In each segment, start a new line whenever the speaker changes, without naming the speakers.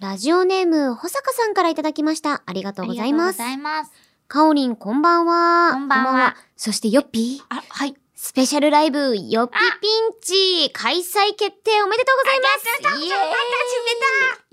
ラジオネーム、保坂さんからいただきました。ありがとうございます。
ありがとうございます。
かおりん、こんばんは。
こんばんは
そして、よっぴー。
あ、はい。
スペシャルライブ、よっぴピンチ、開催決定おめでとうございます。イエーイ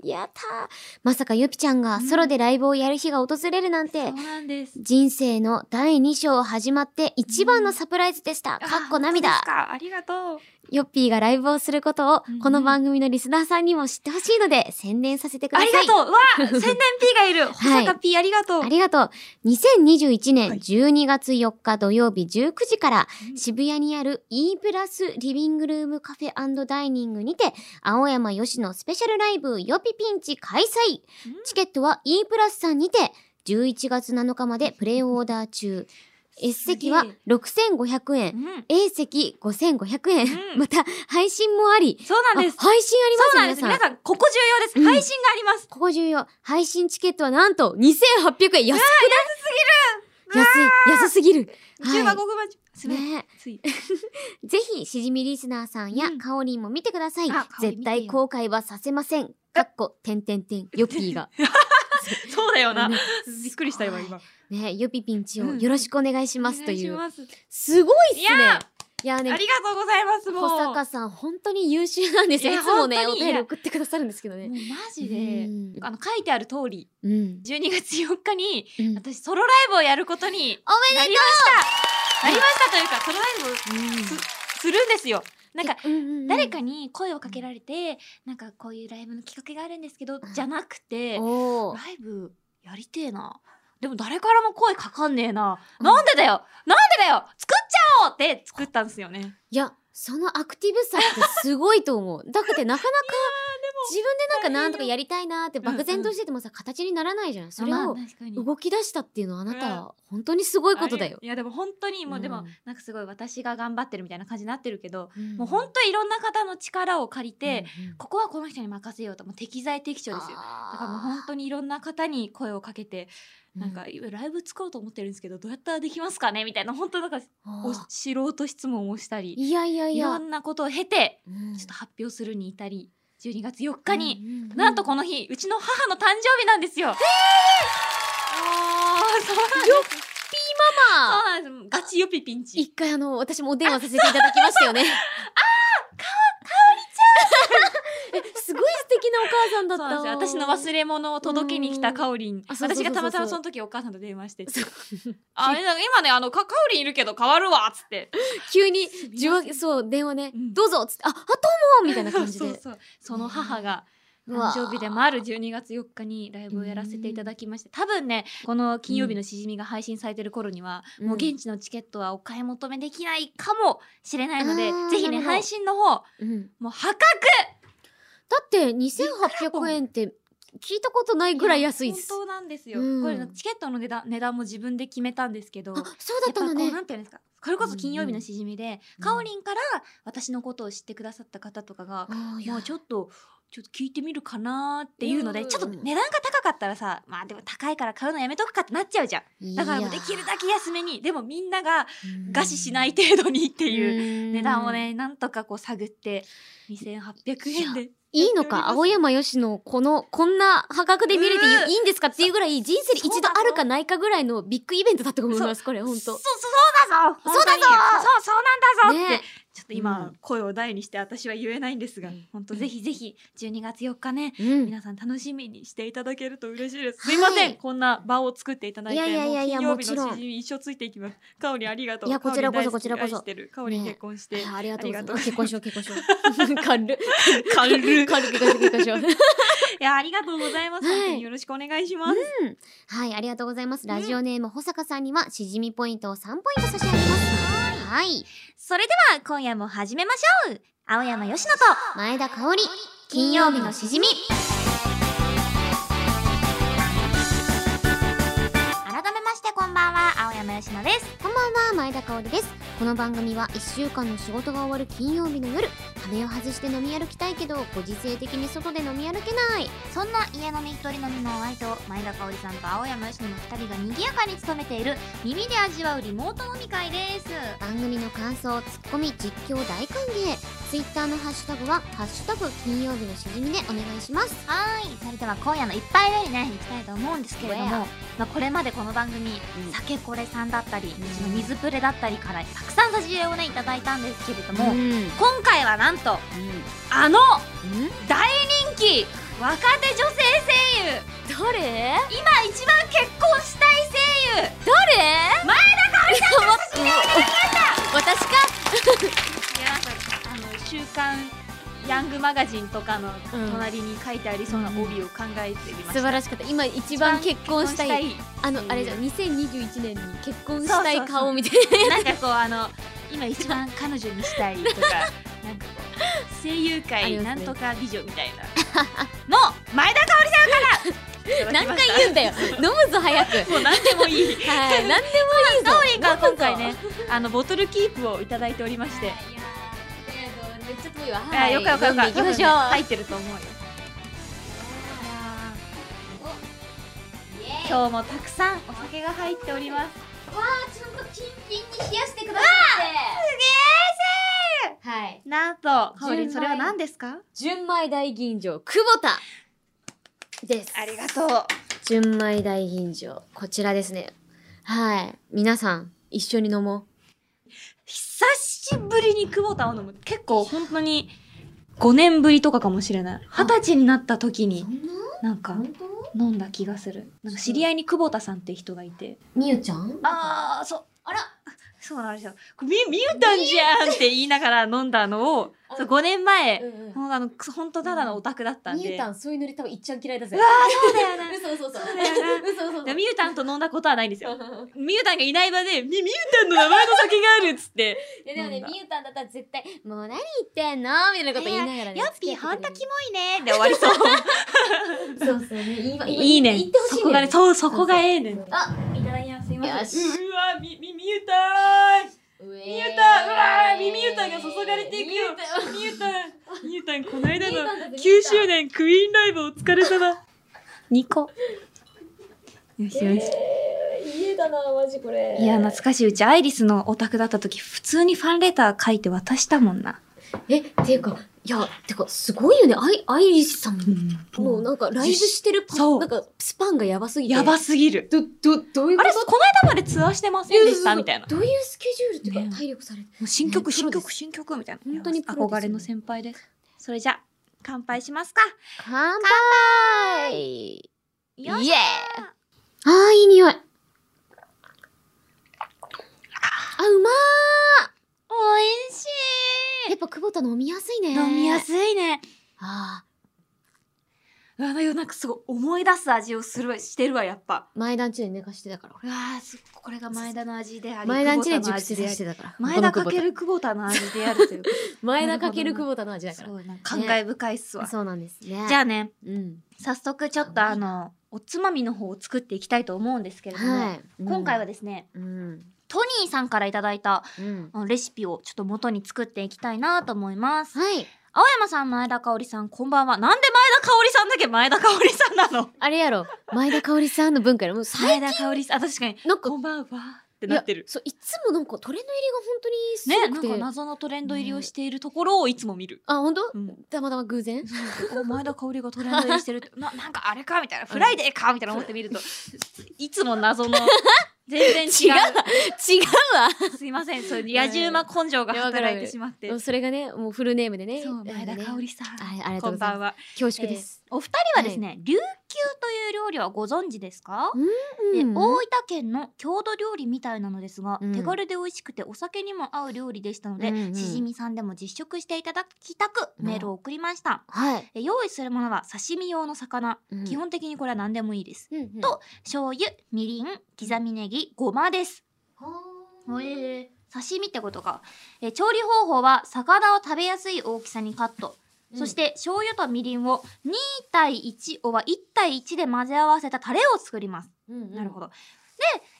やったーまさかよっぴちゃんがソロでライブをやる日が訪れるなんて、
うなんです。
人生の第2章始まって一番のサプライズでした。
あ
かっこ
本
涙
当です。かありがとう。
ヨッピーがライブをすることを
うんうん、
この番組のリスナーさんにも知ってほしいので、宣伝させてくだ
あ
さい。
りがとう。 うわ宣伝 P がいる。保
はい
坂 P ありがとう。
ありがとう。2021年
はい
12月4日土曜日19時から
う、ん
渋谷にある E プラスリビングルームカフェダイニングにて、青山よしのスペシャルライブ、よぴピンチ開催
うん。
チケットは E プラスさんにて、11月7日までプレイオーダー中。S 席は
すげえ
6500円。
うん。
A 席5500円。
う ん
また、配信もあり。
そうなんです
あ。配信あります
そう
よ
な
皆
んです。
さん。
皆さん、ここ重要です。
うん
配信があります。
ここ重要。配信チケットはなんと2800円。安くない
うわ
安い。安すぎる。
10番5番すみません
ね
つい。
ぜひ、しじみリスナーさんや
うん
カオリンも見てください
あ。カオリ
絶
ン見てよ
対後悔はさせません。かっこ、てんてんてん、ヨッピ ーが。
そうだよな。
ね
びっくりした今、今。
ね、ヨピピンチ
う
を
ん
よろしくお願いし
お
ま
願い
すとい
し
う。
ます
すごいっすね
いや。
いや
あ
ね、
りがとうございます、もう。
小坂さん、本当に優秀なんですよ。
い
い
や
つもね、
本
お
当に
便
い
り
や
送ってくださるんですけどね。
もうマジで、
うん
あの、書いてある通り、
うん。
12月4日に、
うん
私、ソロライブをやることに、
お
なりましたなりましたというか、ソロライブを
めでとう
するんですよ。なんか、
うんうんうんうん
誰かに声をかけられて、なんかこういうライブの企画があるんですけど、じゃなくて、
おー
ライブやりてえな。でも誰からも声かかんねえな。
うん
なんでだよなんでだよ作っちゃおうって作ったんですよね。
いや、そのアクティブさってすごいと思う。だってなかなか、自分でなんかなんとかやりたいなーって漠然としててもさ、形にならないじゃん。それを
まあ確かに
動き出したっていうのはあなた
う
は本当にすごいことだよ
あ。りいやでも本当にもう、で
う
も
ん
なんかすごい私が頑張ってるみたいな感じになってるけど、もう
っ
本当いろんな方の力を借りて、、
うんうん
ここはこの人に任せようともう適材適所ですよ。だからもう本当にいろんな方に声をかけて、なんか、ライブ作ろうと思ってるんですけど、どうやったらできますかねみたいな、本当なんか、
あー
お素人質問をしたり、
いやいやい
いろ
や、
んなことを経て、
うん
ちょっと発表するに至り、12月4日に、、
うんうん
なんとこの日、うちの母の誕生日なんですよ。へーあーそうなんです。そう
まあ
なんです。ガチよぴピンチ。
一回あの、私もお電話させていただきましたよね。あー、か、おりちゃんすごい素敵なお母さんだ
そ
っ
う
た。
なんですよ私の忘れ物を届けに来たかおりん
あそうそうそうそう
私がたまたまその時お母さんと電話して
そう
「あなんか今ねあのかかおりんいるけど変わるわ」っつって
急に
すみま
受
せん
話そう電話ね、
うん
どうぞっつってああどうもみたいな感じで
そうそうそうその母が
うわ
誕生日でもある12月4日にライブをやらせていただきまして多分ねこの金曜日のしじみが配信されてる頃には、
うん
もう現地のチケットはお買い求めできないかもしれないので
あー
ぜひ
なる
ね
ほど
配信の方
うんだ
もう破格
って2800円って聞いたことないぐらい安いです
本当なんですよ、
うん
これチケットの値段値段も自分で決めたんですけど
あそうだったのね
やっぱこうなんていうんですかこれこそ金曜日のしじみで、
うん
かおりんから私のことを知ってくださった方とかが、
あーいや
もうちょっとちょっと聞いてみるかなーっていうので、
うん
ちょっと値段が高かったらさまあでも高いから買うのやめとくかってなっちゃうじゃんだからもうできるだけ安めにでもみんなが餓死しない
っ
い程度にって
て
いう
う
値段を
ん
ねなんとかこう探って2800円で
いいのか青山よしのこのこんな破格で見れて
うん
いいんですかっていうぐらい人生で一
そう
度
だ
あ
ぞ
るかないかぐらいのビッグイベントだったと思いますこれ本
そう
当
そうだぞ
そうだぞ
本当にそうそうなんだぞって、
ね
ちょっと今、
うん
声を大にして私は言えないんですが、
うん
本当ぜひぜひ12月4日ね
うん
皆さん楽しみにしていただけると嬉しいです。すいません、
はい
こんな場を作っていただいて、
いやいやいやいや
もう
もち
金曜日の
ろん
しじみ一生ついていきます。かおりんありがとう。
いやこちらこそ
かおりん大好き
こちらこそ
愛してるかおりん
ね
結婚して。
あありがとうございま
あ
す結
りがとう
婚しよう結婚しよう 軽っ
軽い
軽 っ結婚しよう結婚しよう
いやありがとうございます。
はい
本当によろしくお願いします。
はい、ありがとうございます。
ね
ラジオネーム、保坂さんには、しじみポイントを3ポイント差し上げます。はい。
それでは今夜も始めましょう。青山よしのと
前田香織、金曜日のしじみ。
改めましてこんばんは青山よしのです。
こんばんは、前田香織です。この番組は、1週間の仕事が終わる金曜日の夜、壁を外して飲み歩きたいけど、ご時世的に外で飲み歩けない。
そんな家飲み一人飲みのお相手を前田香織さんと青山よしのの二人が賑やかに務めている耳で味わうリモート飲み会です。
番組の感想、ツッコミ、実況大歓迎。ツイッターのハッシュタグは、ハッシュタグ金曜日のしじみでお願いします。
はーいそれでは今夜の一杯目にね行きたいと思うんですけれども、
Where？
まあ、これまでこの番組、
ん
酒これさんだったり、うちの水プレだったりからたくさん差し入れをねいただいたんですけれども、
うん。うん。
今回はなんとあの大人気若手女性声優
誰
今一番結婚したい声優
誰
私か
いやなんかあの「週刊ヤングマガジン」とかの隣に書いてありそうな帯を考えてみました、
素晴らしかった。今一番結婚したい。
結婚
あの
う、ん
あれじゃん、2021年に結婚したい
そうそうそう
顔みたいな。
なんかこうあの今一番彼女にしたいと かなんかこう声優
あり
界
ます
な
ね
んとか美女みたい なの前田香織さんから
何回言うんだよ。飲むぞ、早く。
もう何で もいい
はい、なんで
カオリンが今回ねあのボトルキープをいただいておりまして、
めっちゃ遠いわ。
あよかよか
飲
よか
んでいきましょう。
多分ね入ってると思うよ今日もたくさんお酒が入っております
ちゃんとキンキンに冷やしてくださって。すげーはい。
なんと香
純
織
米
それは何ですか
純米大吟醸、久保田です。
ありがとう
純米大吟醸、こちらですね。はい。皆さん、一緒に飲も
久しぶりに久保田を飲む結構本当に5年ぶりとかかもしれない二十歳になった時
う。
に
んな
なんか
当
飲んだ気がするなんか知り合いに久保田さんって人がいて
みゆちゃん
ああそうあらそうなんですよこれみみゆたんじゃんって言いながら飲んだのを
あ
そう5年前
ん
ほんとあのく本当ただのオタクだったん
みゆ
で
たんそういうノリ多分いっちゃん嫌いだぜ
うわそうだよな
嘘嘘嘘
そうだよな
嘘嘘
で
嘘
みゆたんと飲んだことはないんですよみゆたんがいない場でみみゆたんの名前の酒があるっつって
いやでもね
なんだ
みゆたんだったら絶対「もう何言ってんの?」みたいなこと言いながらね
ヨッピーほんと
付
キ
き
モいね
で終わりそう
合ってくれるそうそうね今今
いいね
言ってほしい
そこがね、そう、そこがええねん。
そうあ
いただきますすい
よし
わ、み、み、みゆたい。
み
みゆたん、うわー、み、みゆたんが注がれていくよ。みゆたん、みゆたん、この間の9周年クイーンライブお疲れ様。2個。よしよし。
家だなマジこれ
いや、懐かしい。うちアイリスのオタクだった時、普通にファンレター書いて渡したもんな。
えっていうかいやてかすごいよねアイアイリスさんもうなんかライブしてるパ
そう
なんかスパンがやばすぎて
やばすぎる。
どどどういう
あ
こ
れ、
と
この間までツアーしてませんでしたみたいな。
どういうスケジュールっていう
ね
か体力されて
もう新曲、
ねプロ
新
です
曲、新曲みたいな。
本当にプロですよね
憧れの先輩です。それじゃ、乾杯しますか。
乾杯イエ
よ
ー
いしょ
あーいい匂いあうま
おいし
ーやっぱ久保田飲みやすいね
い飲みやすいね。
あ
うわ、だけどなんかすごい思い出す味をするわ、してるわ、やっぱ。
ー前段地で寝かしてたから
うわーすこれが前田の味であり、
前段地
久
で
保田の
熟成
味で
さ
あ
せ
り。
てたから
前田
こ
かけ
の久保
る久保田の味であるというこ
田 前田かける久保田の味だ
と。
か
す
ら
ごいなんか感慨深いっすわ。
そうなんですね
じゃあね、
うん
早速ちょっとあの、おつまみの方を作っていきたいと思うんですけれども、
はい
今回は
で
ですね、
うん
トニーさんからいただいた
うん
あのレシピをちょっと元に作っていきたいなと思います。
はい
青山さん、前田香織さん、こんばんは。なんで前田香織さんだけ前田香織さんなの
あれやろ前田香織さんの文化やろもう最
前田香織さん、あ確かに。
なんか
こんばんはって
い
な
や
ってる。
そういつもなんかトレンド入りが本当にす
ね、
ご
な
く
ん
て
か謎のトレンド入りをしているところをいつも見る。
あ本当
うん。
たまたま偶 然
お前田香織がトレンド入 りしてるってななんかあれかみたいなフライデーかみたいな思って見るといつも謎の 全然違う
違うわ
すいませんそう野獣馬根性が
いやわかる
働いてしまって
それがねもうフルネームでね
そう前田香織さん、
はいありがとう
こ
んご
ば
ざい
ん
ま
は
す恐縮です、
お二人はですね、琉球という料理はご存知ですかで
うん
大分県の郷土料理みたいなのですが、
うん
手軽で美味しくてお酒にも合う料理でしたので、
うんうん
しじみさんでも実食していただきたくメールを送りました、
はい、
で用意するものは刺身用の魚、
うん
基、本的にこれは何でもいいです
うんうん
と醤油みりん刻みネギごまです
ほー
刺身ってことかえー調理方法は魚を食べやすい大きさにカット
うん
そして醤油とみりんを2対1おは1対1で混ぜ合わせたタレを作ります
うんうん
なるほど。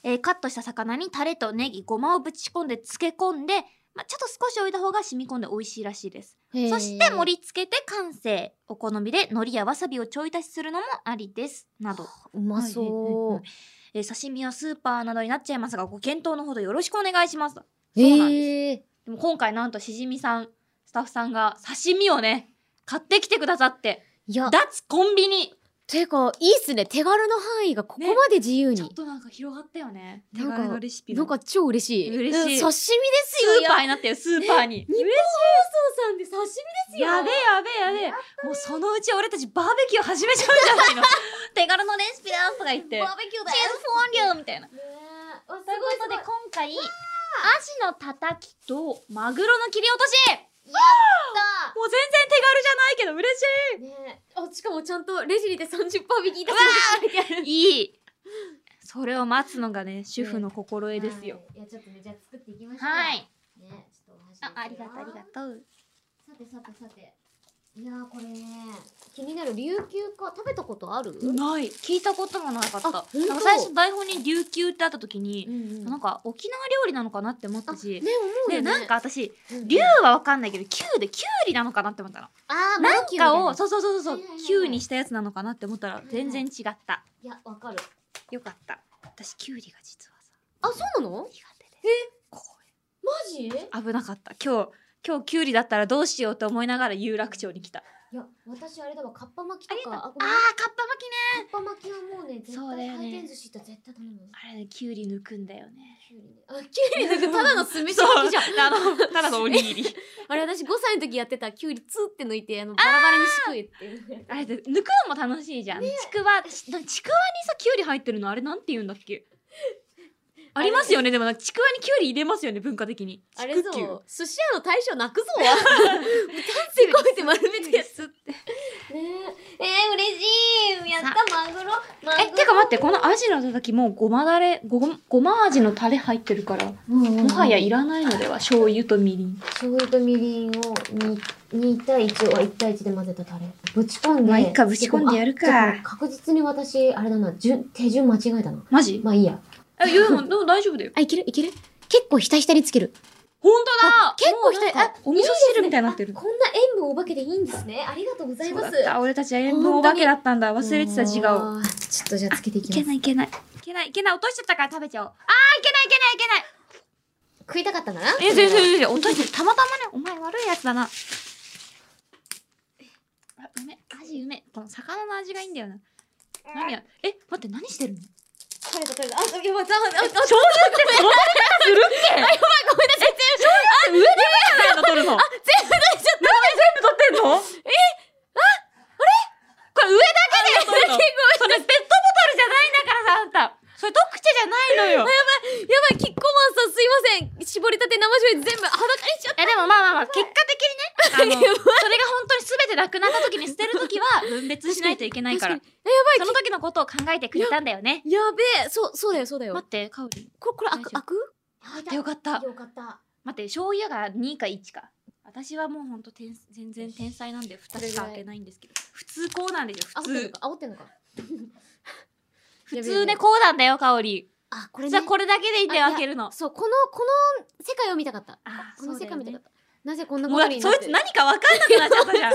で、えーカットした魚にタレとネギごまをぶち込んで漬け込んで、まあ、ちょっと少し置いた方が染み込んで美味しいらしいです。
へー
そして盛り付けて完成。お好みで海苔やわさびをちょい足しするのもありです。など。
うまそう、
えー刺身やスーパーなどになっちゃいますが、ご検討のほどよろしくお願いします。
へ
そうなんです。
え
でも今回なんとしじみさん、タッフさんが刺身をね、買ってきてくださって、
いや、
脱コンビニ
ていうか、いいっすね。手軽の範囲がここまで自由
ちょ
に
っ。となんか広がったよね。
手軽のレシピ
な
の
んか超嬉しい。
嬉しい
うん刺身です
ス
よ。
ーパーになってる、スーパーに。
日本放送さんで刺身ですよ。
やべえやべえやべえ。もうそのうち俺たちバーベキュー始めちゃうんじゃ ないの手軽のレシピだとか言って。チー
ベキュー
ズフォンデュみたいな。
ねえおす
ということで
ごい
今回、アジのたたきとマグロの切り落とし
す
もう全然手軽じゃないけど嬉し
ごいねえあ、しかもちゃんとレジにて30%引きいた
いいいそれを待つのがね、主婦の心得ですよ。。
いや、ちょっとね、じゃあ作っていきましょう。
はい。
ね、ちょっとお箸ですよ
あ、ありがとうありがとう。
さてさてさて。いやーこれね、気になる琉球か食べたことある？
ない。聞いたこともなかった。
あ
なんか
ほんと
最初台本に琉球ってあった時に、
ん
なんか沖縄料理なのかなって思った
あ、ね
し、
思うよね。
で、なんか私、
うんうん、
竜はわかんないけど、球でキュウリなのかなって思ったの。
あー
なんか
マキュ
を、そうそうそうそう
はいはいは、い
キュウにしたやつなのかなって思ったら、全然違った。
みたいないや、わかる。
よかった。私、キュウリが実はさ、
あ、そうなの？
苦手で。え
マジ？い
危なかった。今日、今日キュウリだったらどうしようと思いながら有楽町に来た。
や、私あれだわ、カッパ巻きと
ありが
か、あ、
とう
ごめん
あー、カッパ巻きね。
カッパ巻きはもうね、絶
そうだ
対
よね
回転寿司と絶対頼む。
あれね、キュウリ抜くんだよね。
きゅうりねあ、きゅうりなんかただの酢飯
そう
巻きじゃん。、
あの、ただのおにぎり。
あれ私5歳の時やってたきゅうりツーって抜いてあのバラバラにしくいっていう。
あれで、抜くのも楽しいじゃん。ちくわ、ちちくわにさ、キュウリ入ってるの、あれなんて言うんだっけありますよね、でもなんかちくわにキュウリ入れますよね、文化的に。
あれ
ちくきゅう
そう寿司屋の大将泣くぞ。もう丹精込めて丸めてやつ。
すって。
ねえ、えー、嬉しい。やったマグロ。マグ
え、
ロ
てか待って、このアジのたたきもうごまだれ、ご、ごま味のタレ入ってるから、もはやいらないのでは、醤油とみりん。
醤油とみりんをに2対1を1対1で混ぜたタレぶち込んで
まあいっかぶち込んでやるか
あじゃあ確実に私あれだな順手順間違えたな
マジ
まあいいや
え、いや、でもでも大丈夫だよ。
あいけるいける結構ひたひたにつける
ほんとだ
結構
もう
ひ
な
た
ん
り
かお味噌汁みたいになってる。
こんな塩分お化けでいいんですねありがとうござい
そう
ま
だっ
す
た。俺たちは塩分お化けだったんだ。忘れてた自我を。
あーちょっとじゃあつけてい
い
き
け
ます
ないいけない。いけないいけない。落としちゃったから食べちゃおう。あー、いけないいけないいけない。
食いたかったんだな
え、全然全然。落としてたまたまね、お前悪いやつだな。あ、うめ。アジうめ。この魚の味がいいんだよな。何や。え、待って、何してるの
取れた取れたあいやまたまた
え醤油って そんなするっけあ、やばい、ごめんなさい。上でじゃないの取るの。あ、全部取っちゃった。なんで全部取ってんのえ、あ、あれこれ上だけで取るの。それペットボトルじゃないんだからさ、あんた。それ特茶じゃないの
やば
よ。
いキッコーマンさんすいません絞りたて生醤油全部裸にしちゃっ
え、でもまあまあまあ、結果的にね、あの、それが本当に全てなくなった時に捨てる 時は分別しないといけないから。
確にえやばい
その時のことを考えてくれたんだよね。
やべえそうそうだよそうだよ、
待って、カオリン。
これこれ開
大
く
丈夫
開く
待ってよかった。
よかった
待って醤油が2か1か私はもうほんと天全然天才なんで2しか開けないんですけど普通こうなんですよ
あ
普通
煽ってんのか
普通ねこうなんだよ香り
あこれ
じゃ
ね
あこれだけでいいんだよ
あいや
開けるの
そうこのこの世界を見たかった
あ
この世界見たか
も
った、なぜこんな
う
こと
だっ
に
て
な
そ
っ
い
て
つ
る
何か分かんなくなっちゃったじゃ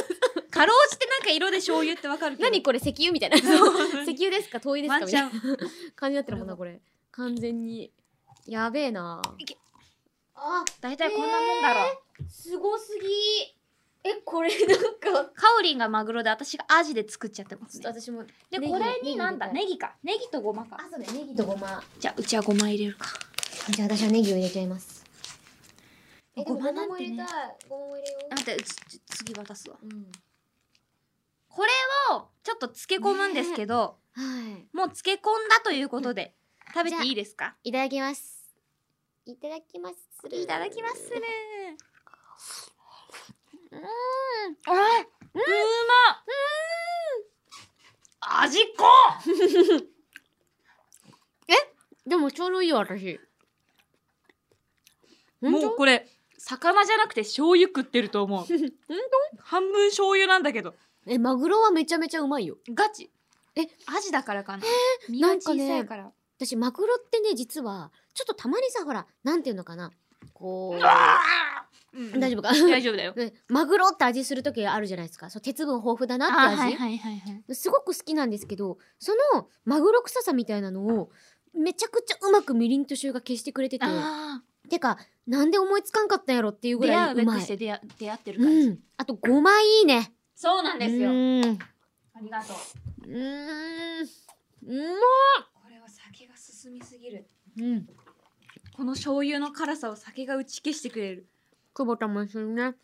んかろうじてなんか色で醤油ってわかるけど
何これ石油みたいな 石 油ですか遠いです
ワ
か
ン
み
チ
たい
ャ
な
ン
感じになってるもんなこれ完全にやべえない
け
あ
大体こんなもんだろう
すごすぎえこれなんか
カオリンがマグロで私がアジで作っちゃってますね
私も
で
ネギ
これになんだ
ネギ
ネギかネギとごまか
あそうだネギとごま
じゃあうちはごま入れるか
じゃあ私はネギを入れちゃいますえでも
ご
ご
まな
ま
ん
も
て
入
ね
れたいごまも入れよう
待ってうちち次渡すわ
うん
これをちょっと漬け込むんですけど、
はい
もう漬け込んだということで食べていいですか
いただきます。いただきます。
いただきますね
うん。
あうまうん味っこ
でもちょうどいいよ、私。
もうこれ魚じゃなくて醤油食ってると 思う半分醤油なんだけど
え、マグロはめちゃめちゃうまいよ。
ガチ
え
アジだからかな身
な
が
んか
小
ね
さいから、
私、マグロってね、実は、ちょっとたまにさ、ほら、なんていうのかな。こう、
うん
大丈夫か
大丈夫だよ
うんマグロって味する時あるじゃないですか。そう鉄分豊富だなって味、
はいはいはいはい
すごく好きなんですけど、そのマグロ臭さみたいなのを、めちゃくちゃうまくみりんと醤油が消してくれてて、
あ
てか、なんで思いつかんかったんやろっていうぐ
出
ら
会
いうう
べ
ま
くして
い。
出会出会ってる
う
感じ、
ん。あと5枚いいね。
そうなんですよ、
うーん。
ありがとう
うーん。う
これは酒が進みすぎる
まうん。
この醤油の辛さを酒が打ち消してくれる
久保田も一緒にね。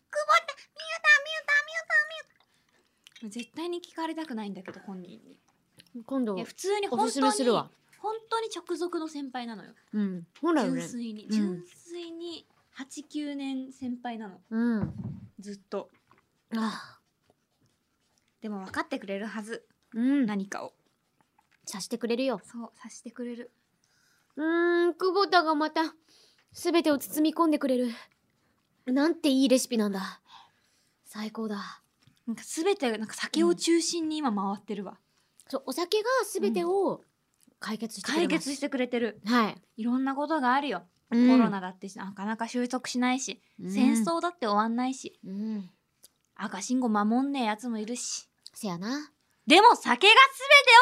絶対に聞かれたくないんだけど本人に
今度
いや普通に
お
本
すす
当
め
に
するわ。
本当に直属の先輩なのよ
うん。ほら
純
ね。
粋に、
ん
純粋に89年先輩なの
うん。あ
ずっと
あ。
でも分かってくれるはず
うん。
何かを
さしてくれるよ。
そう察してくれる
うーん、久保田がまた、すべてを包み込んでくれる。なんていいレシピなんだ。最高だ。
なんか全てなんか酒を中心に今回ってるわ、
そう、お酒がすべてを解決してくれ
解
ます。
決してくれてる
はい。
いろんなことがあるよ、コロナだってなかなか収束しないし、
うん、
戦争だって終わんないし
うん。
赤信号守んねえやつもいるし
せやな。
でも酒が全て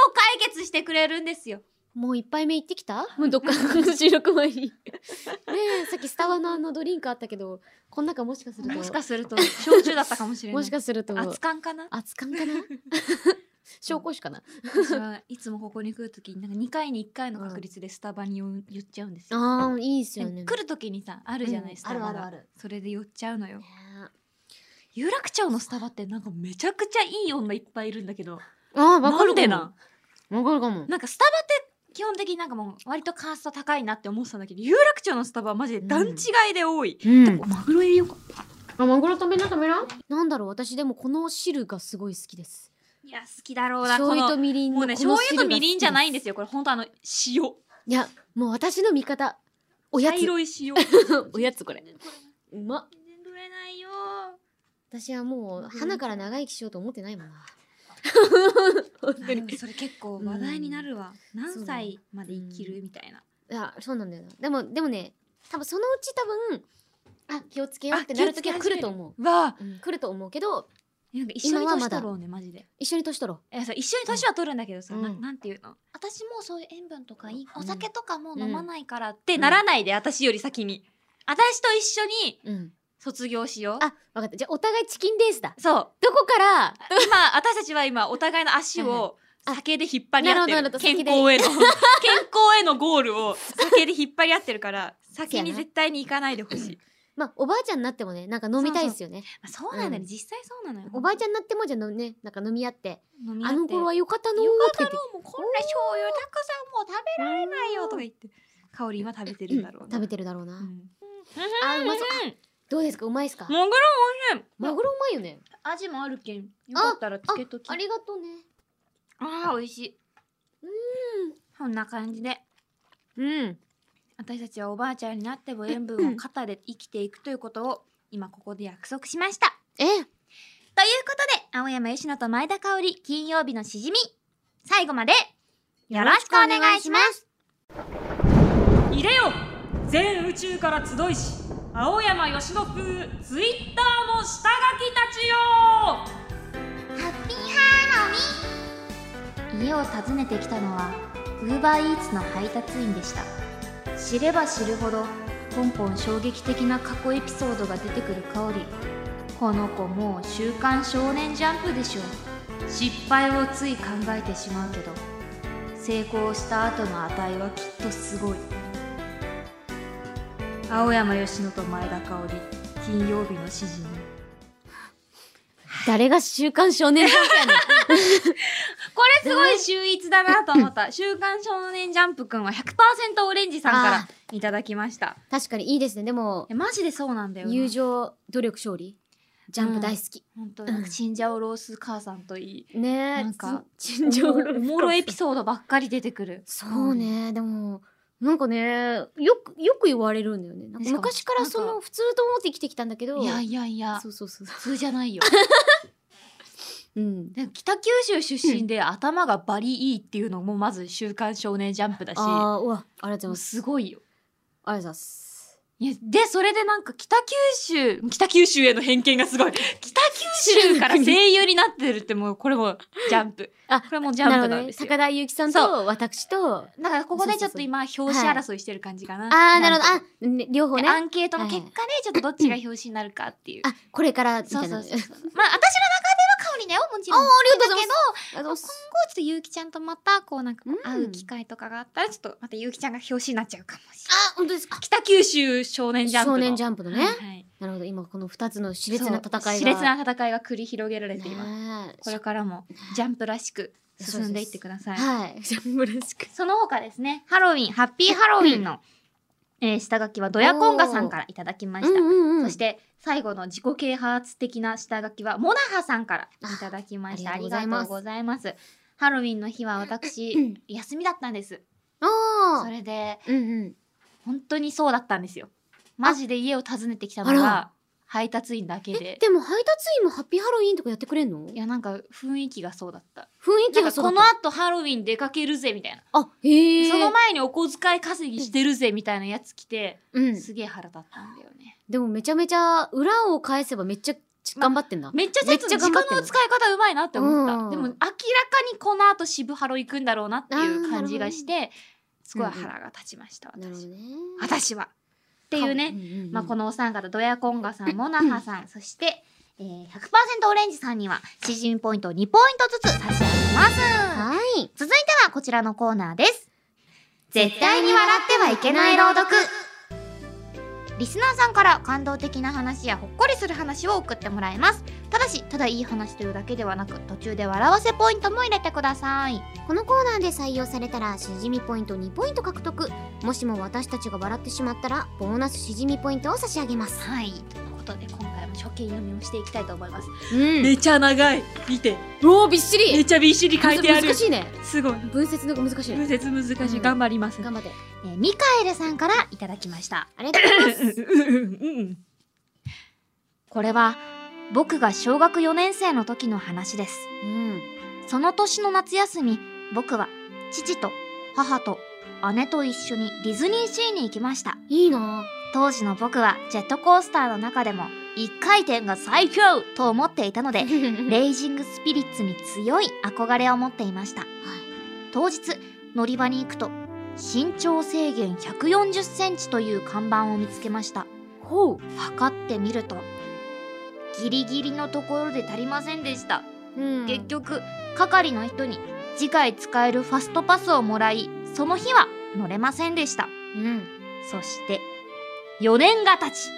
を解決してくれるんですよ
もう一杯目行ってきたもう どっか収録前に。ねえ、さっきスタバのあのドリンクあったけど、この中もしかすると。
もしかすると焼酎だったかもしれな
も
い
しかすると、
熱燗かな
熱燗かな 紹興酒かな
私はいつもここに来るときになんか2回に1回の確率でスタバに寄言っちゃうんですよ、
ああ、いいっすよ
で
ね。
来るときにさあるじゃない、
うん
スタバが
あるあるある
それで寄っちゃうのよ
ね
有楽町のスタバってなんかめちゃくちゃいい女いっぱいいるんだけど
ああ、わ
な
かるかも
んでな
わかるかも。
なんかスタバって基本的になんかもう割とカースト高いなって思ってたんだけど有楽町のスタバはマジで段違いで多い、
うん。
マグロ入れようか
あ、マグロ食べな食べななんだろう、私でもこの汁がすごい好きです。
いや好きだろうな
醤
こ
油と
の
みりんの
もうね
この
醤
汁
油とみりんじゃないん
が好き
ですよこれ本当あの塩
す。いや、もう私の味方。おや
茶
つ。
色い 塩
おやつこれ
これ
うま
全然取れないよ
私はもう、花から長生きしようと思ってないもんな。本当
でも
に。い
それ結構話題になるわ、何歳まで生きるみたいな、
や、そうなんだよな。でも、でもね、多分そのうち多分、あ、気をつけようってなる時は来ると思う。
わあ
うん、来ると思うけど、
なんか一緒に
今はま
年
だ
取ろうねマジで
一緒に年取ろう。
いやそう一緒に年は取るんだけどさ、
うん
な
うん
なんていうの私もうそういう塩分とかいい
うん
お酒とかもう飲まないからっ
う
て
ん
ならないで、私より先に私と一緒に
うん。
卒業しよう
あ、わかった。じゃあ、お互いチキンレースだ。
そう
どこから、
今私たちは今お互いの足を
はい
酒で引っ張り合って
なるほどな
る
る
健
ほど
康への健 康へのゴールを酒で引っ張り合ってるから酒に絶対に行かないでほしい
まあ、おばあちゃんになってもね、なんか飲みたいですよね。
まあそうなんだよね、
うん
実際そうなのよ
おばあちゃんになっても、じゃあのね、なんか飲み合って、
飲み合っ
あ
て
の頃は良かったのー
よ
とか
かた
言って
ろうもうこんな醤油たくさんもう食べられないよとか言って香り今食べてるんだろうな
食べてるだろうな。
うん
あ、うまそう。あどうですかうまいですか
マグロ美味しい
マグロうまいよね。
味もあるけんよかったらつけとき
あ
あ
りがとうね。
あー美味しい
うん
こんな感じで
うん。
私たちはおばあちゃんになっても塩分を肩で生きていくということを今ここで約束しました
え、
ということで青山佳乃と前田香織金曜日のしじみ最後までよろしくお願いします
いでよ全宇宙から集いし青山よしの風ツイッターの下書きたちよ
ハッピーハロ
家を訪ねてきたのはウーバーイーツの配達員でした知れば知るほどポンポン衝撃的な過去エピソードが出てくる香りこの子もう「週刊少年ジャンプ」でしょ失敗をつい考えてしまうけど成功した後の値はきっとすごい青山佳乃と前田香織金曜日の指示に
誰が週刊少年ジャンプやねん
これすごい秀逸だなと思った。 週刊少年ジャンプくんは100%オレンジさんか
あ
らいただきました。
確かにいいですね。でも
い、やマジでそうなんだよな。
友情、努力、勝利。ジャンプ大好き。
本当なんか死んじゃうロース母さんとい い。
ねえ。
なんか
ち、 陳情
おもろエピソードばっかり出てくる。
そう。ね、でも、なんかね、よく、よく言われるんだよね。なんか
しかも
昔からそ
なん
の、
か
普通と思って生きてきたんだけど、
いやいやいや
そ、うそうそう。
普通じゃ ないよ。
うん。
でも北九州出身で頭がバリいいっていうのもまず週刊少年ジャンプだし、
ああ、うわ、ありがとうございます。
すごいよ。
ありがとうございます。
いやで、それでなんか北九州、北九州への偏見がすごい。北九州から声優になってるってもう、これもジャンプ。
あ
これもジャン
なるほ
プな
ど
んで
ね。
すよ。
高田ゆきさんと私と。
だからここでちょっと今、表紙争いしてる感じかな。
あー、なるほど。
なん
あ、ね両方
か
ね
で。アンケートの結果で、ちょっとどっちが表紙になるかっていう。
あ、これから、みた
そう
い
そう
な。
そうそう。まあ、私の中では香りだよ、もちろん。
あーありがとうござい
だけど、今後、ちょっとゆうきちゃんとまた、こうなんか
うん、
会う機会とかがあったら、ちょっとまたゆうきちゃんが表紙になっちゃうかもしれない。
あ、本当ですか。
北九州少年ジャンプの。
少年ジャンプのね。
はい。
なるほど。今この二つの熾烈な戦いが。
そう熾烈な戦いが繰り広げられています。
ねえ
これからもジャンプらしく進んでいってください。
はい。 ジャンプらしく。
その他ですね、ハロウィン、ハッピーハロウィンの、えー下書きはドヤコンガさんからいただきました。
ん
そして最後の自己啓発的な下書きはモナハさんからいただきました。あ
あ
り
りが
がと
と
う
う
ご
ご
ざいます。ハロウィンの日は 私、休みだったんです。
あ
それで、
ーうんうん。
本当にそうだったんですよ。マジで家を訪ねてきたの
あ
は
ら
配達員だけ
え
で、。
でも配達員もハッピーハロウィンとかやってくれんの
いやなんか雰囲気がそうだった。
雰囲気
なん
が
か
そうだ
こ
っ
の
た
後ハロウィン出かけるぜみたいな。
あ、へえ。
その前にお小遣い稼ぎしてるぜみたいなやつ来て、
うん。
すげえ腹立ったんだよね。
でもめちゃめちゃ裏を返せばめっちゃ頑張ってんだ。
めっちゃちょっと
め
時
っちゃ
間
頑張ってん
の
の
使い方うまいなって思った。
うん
でも明らかにこの後渋ハロ行くんだろうなっていう感じがして、すごい腹が立ちました、
なるほ
私
どね。
私は。っていうね、
ね
まあ、こ
の、
のお三方、ドヤコンガさん、モナハさん、そして、えー、100%オレンジさんには、詩人ポイントを2ポイントずつ差し上げます。
はい。
続いてはこちらのコーナーです。
絶対に笑ってはいけない朗読。
リスナーさんから感動的な話やほっこりする話を送ってもらいます。ただし、ただいい話というだけではなく、途中で笑わせポイントも入れてください。
このコーナーで採用されたらしじみポイント2ポイント獲得もしも私たちが笑ってしまったらボーナスしじみポイントを差し上げます
はい。ということで、今回も初見読みをしていきたいと思います。
うん
ちゃ長い。見て。
おおびっしり
ちゃびっしり
難しいね
すごい。
文節の方が難しい
説難
しい頑
頑張ります
頑張って
えーミカエルさんからいただきました。
ありがとうございます
これは僕が小学4年生の時の話です。
うん
その年の夏休み、僕は父と母と姉と一緒にディズニーシーに行きました。
いいな
当時の僕はジェットコースターの中でも一回転が最強と思っていた ので、
レ
レイジングスピリッツに強い憧れを持っていました。当日乗り場に行くと身長制限140センチという看板を見つけました
ほ
測ってみるとギリギリのところで足りませんでした、
う、うん、
結局係の人に次回使えるファストパスをもらいその日は乗れませんでした
うん
そして4年が経ち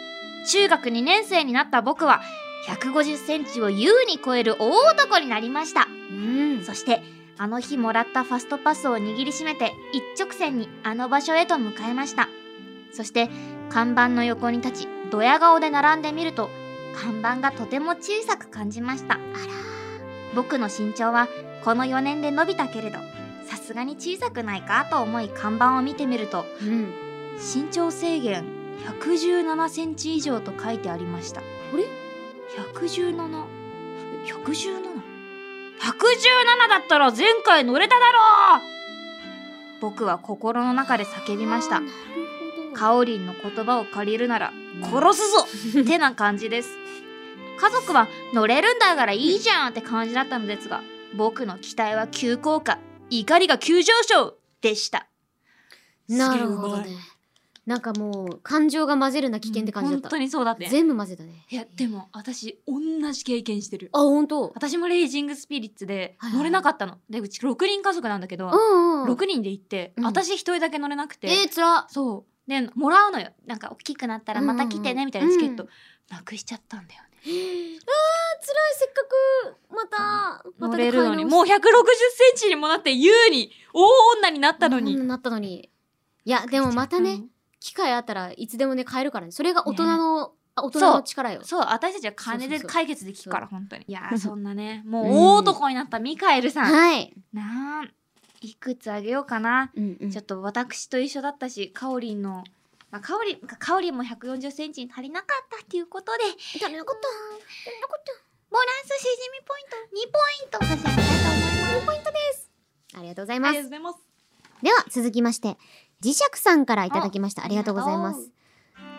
中学2年生になった僕は150センチを優に超える大男になりました
うん
そしてあの日もらったファストパスを握りしめて一直線にあの場所へと向かいましたそして看板の横に立ちドヤ顔で並んでみると看板がとても小さく感じましたあら僕の身長はこの4年で伸びたけれどさすがに小さくないかと思い看板を見てみると
うん
身長制限117センチ以上と書いてありましたあ
れ
?117?117?117 だったら前回乗れただろう僕は心の中で叫びました
あーなるほど
カオリンの言葉を借りるなら殺すぞ、 ってな感じです家族は乗れるんだからいいじゃんって感じだったのですが僕の期待は急降下怒りが急上昇でした
なるほどねなんかもう感情が混ぜるな危険って感じだった、
本当にそうだって
全部混ぜたね
いやでも私同じ経験してる
あ本当
私もレイジングスピリッツで
はいはい
乗れなかったの、でうち6人家族なんだけど、
うんうん
6人で行って、
うん
私1人だけ乗れなくて、
えー、つら
そうでもらうのよなんか大きくなったらまた来て
うんうんう
ね
ん
みたいなチケット、なくしちゃったんだよね
辛いせっかくまたま
乗
た
れ
で
るのに
帰
もう1 6 0ンチにもなって優に大女になったのに、
なったのにいやでもまたね機会あったらいつでもね買えるからねそれが大人の、あ大人の力よ
そう私たちは
そ
金で
うそうそう
解決できるから本当にいやー そんなねもう大男になったミカエルさん、
はい、
なんいくつあげようかな
うんうん
ちょっと私と一緒だったし、かおりんの、まあ、かおりん、かおりんも140センチに足りなかったっていうことで、
足りなかった足りなかっ
ボランスしじみポイント2ポイント差し上げたいと思います。2ポイントで
たありがとうございます
うございます。
では続きまして磁石さんからいただきましたありがとうございま
あり
す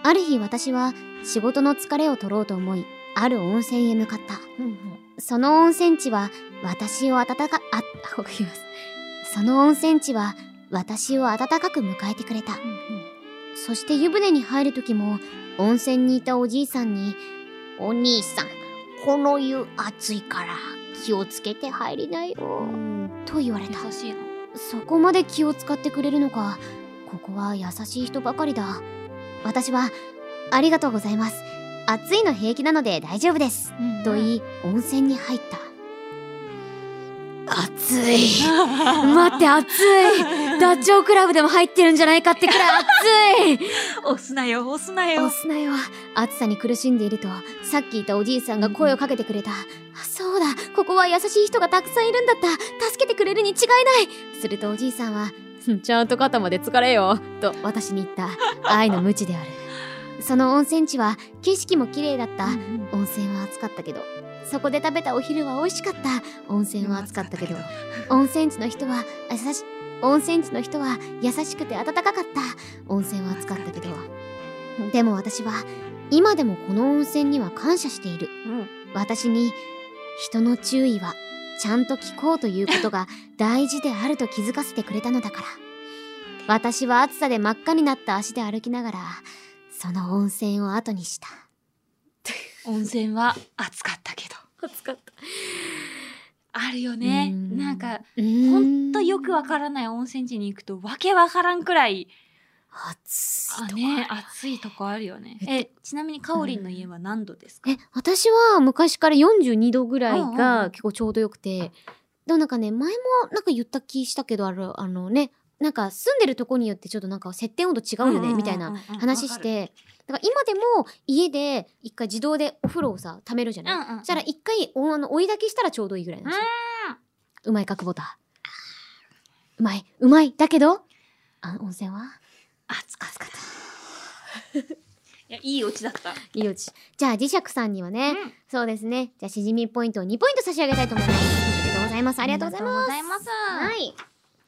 ある日私は仕事の疲れを取ろうと思い、ある温泉へ向かった。
ふんふん
その温泉地は私を温か、あ、ここ言います。その温泉地は私を温かく迎えてくれた。そして湯船に入る時も温泉にいたおじいさんに「お兄さんこの湯熱いから気をつけて入りなよ」と言われた
優しいな
そこまで気を使ってくれるのかここは優しい人ばかりだ私は「ありがとうございます暑いの平気なので大丈夫です」と言い温泉に入った暑い待って暑いダチョウ倶楽部でも入ってるんじゃないかってくらい暑い
押すなよ押すな
お砂よ暑さに苦しんでいるとさっきいたおじいさんが声をかけてくれた、あそうだここは優しい人がたくさんいるんだった助けてくれるに違いないするとおじいさんは「ちゃんと肩まで疲れよ」と私に言った愛の無知であるその温泉地は景色も綺麗だった温泉は暑かったけどそこで食べたお昼は美味しかった温泉は暑かったけど温泉地の人は優し温泉地の人は優しくて温かかった温泉は暑かったけどでも私は今でもこの温泉には感謝している、
うん
私に人の注意はちゃんと聞こうということ が大事であると気づかせてくれたのだから私は暑さで真っ赤になった足で歩きながらその温泉を後にした
温泉は暑かったけど
暑かった
あるよねなんかほ
ほ
んとよくわからない温泉地に行くとわけわからんくらい
暑い
あ
とか
ね暑いとこあるよねえちなみにかおりんの家は何度ですか
え私は昔から42度ぐらい
うんう
が
ん
結構ちょうどよくて、でもなんかね前もなんか言った気したけどあるあのねなんか住んでるとこによってちょっとなんか設定温度違うよねみたいな話してだから今でも家で一回自動でお風呂をさ溜めるじゃ
う
ない、
んうん
そしたら一回おあの追い炊きしたらちょうどいいぐらいなんですよ、うまい角ボタンうまいうまいだけどあ温泉は
暑かったいやいいオチだった
いいよちじゃあ磁石さんにはね、
うん
そうですねじゃあしじみポイントを2ポイント差し上げたいと思いますありがとうございますありがとうございます
ありがとうございます
はい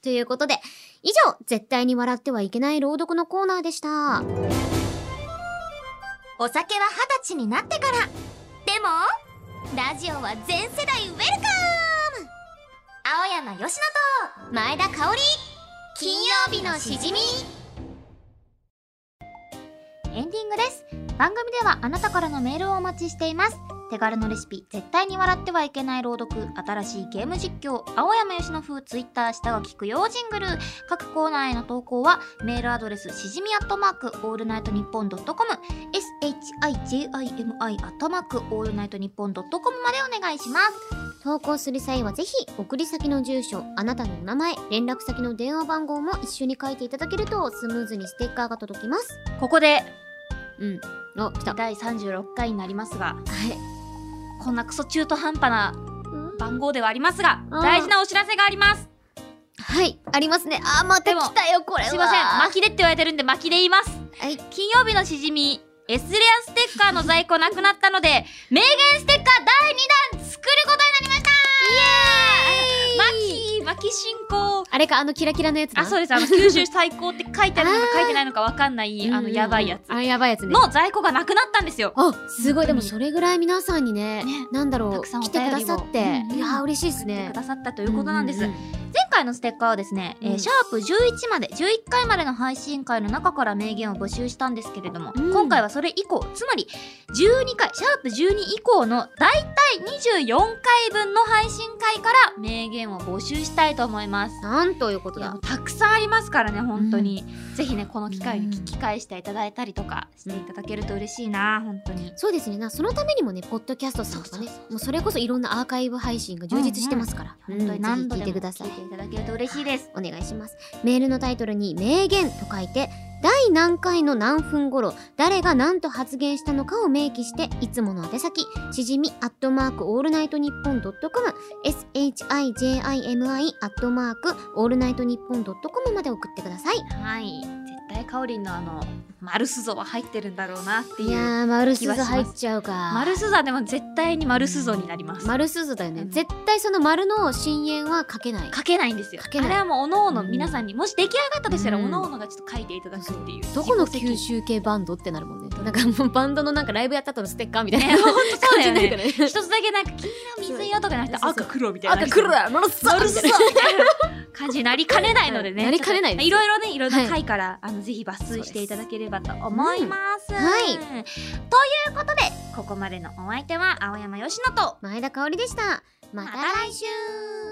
ということで以上絶対に笑ってはいけない朗読のコーナーでした
お酒は二十歳になってからでもラジオは全世代ウェルカム青山佳乃と前田香織金曜日のしじみエンディングです番組ではあなたからのメールをお待ちしています手軽のレシピ絶対に笑ってはいけない朗読新しいゲーム実況青山佳乃風ツイッター下が聞くよジングル各コーナーへの投稿はメールアドレスしじみアットマークオールナイトニッポンドットコム shijimi アットマークオールナイトニッポンドットコムまでお願いします
投稿する際はぜひ送り先の住所あなたのお名前連絡先の電話番号も一緒に書いていただけるとスムーズにステッカーが届きます
ここで
うんお来た
第36回になりますが
はい
こんなクソ中途半端な番号ではありますが
うん
大事なお知らせがあります
はいありますねあーまた
でも
来たよこれは
すいません巻きでって言われてるんで巻きで言います
はい
金曜日のしじみ S レアステッカーの在庫なくなったので名言ステッカー第2弾作ることになりましたイエーイマキマキ進行
あれかあのキラキラのやつな
あそうですあの九州最高って書いてあるのか書いてないのかわかんないあ
うんうん
の
うん
やばいやつ
あれやばいやつね
の在庫がなくなったんですよ
あすごい
本当に
でもそれぐらい皆さんにね
ね
なんだろ
た
う
くさんお
来
便
て
りを
くださって、
うんうん
いやー嬉しいです
く
ね
ださったということなんです
う
前
んうん
回のステッカーはですね、えー
うん
シャープ11まで11回までの配信回の中から名言を募集したんですけれども、
うん
今回はそれ以降つまり12回シャープ12以降の大体24回分の配信回から名言を募集したいと思います。
なんということ
いやも
だ
うたくさんありますからね本当に、ぜひねこの機会に聞き返していただいたりとかしていただけると嬉しいな本当に
そうですねなそのためにもねポッドキャストさんとかねもうそれこそいろんなアーカイブ配信が充実してますから、
本当に
うん
何度
ぜ
で
ひ聞いて
も聞い
く
て
ださい
いただけると嬉しいです。
お願いしますメールのタイトルに「名言」と書いて第何回の何分頃誰が何と発言したのかを明記していつもの宛先しじみアットマークオールナイトニッポンドットコム shijimi アットマークオールナイトニッポンドットコムまで送ってください
はい絶対カオリンのあの丸鈴は入ってるんだろうなって
い
いう
やー丸
気は
鈴
しま
入
す
っちゃうか
丸鈴はでも絶対に丸鈴になります
丸鈴だよね
うん
絶対その丸の深淵は書けない
書けないんですよ
書け
あ
ない
れはもうおのおの皆さんにもし出来上がったとしたら
うん
おのおのがちょっと書いていただくっていう
どこの
自己責任
九州系バンドってなるもんねなんかもうバンドのなんかライブやった後のステッカーみたい な
ね本当そう
感
だ
じに
よ
なる
ね
からね
一つだけなんか黄色水色とかなくて
そう
赤黒みたいな
赤黒だものすごい
丸 そうみたいな感じになりかねないのでね
なりかねないです
いろいろねいろん
は
ない回から、あのぜひ抜粋していただければと思います、
んはい
ということでここまでのお相手は青山佳乃と
前田香織でしたまた来週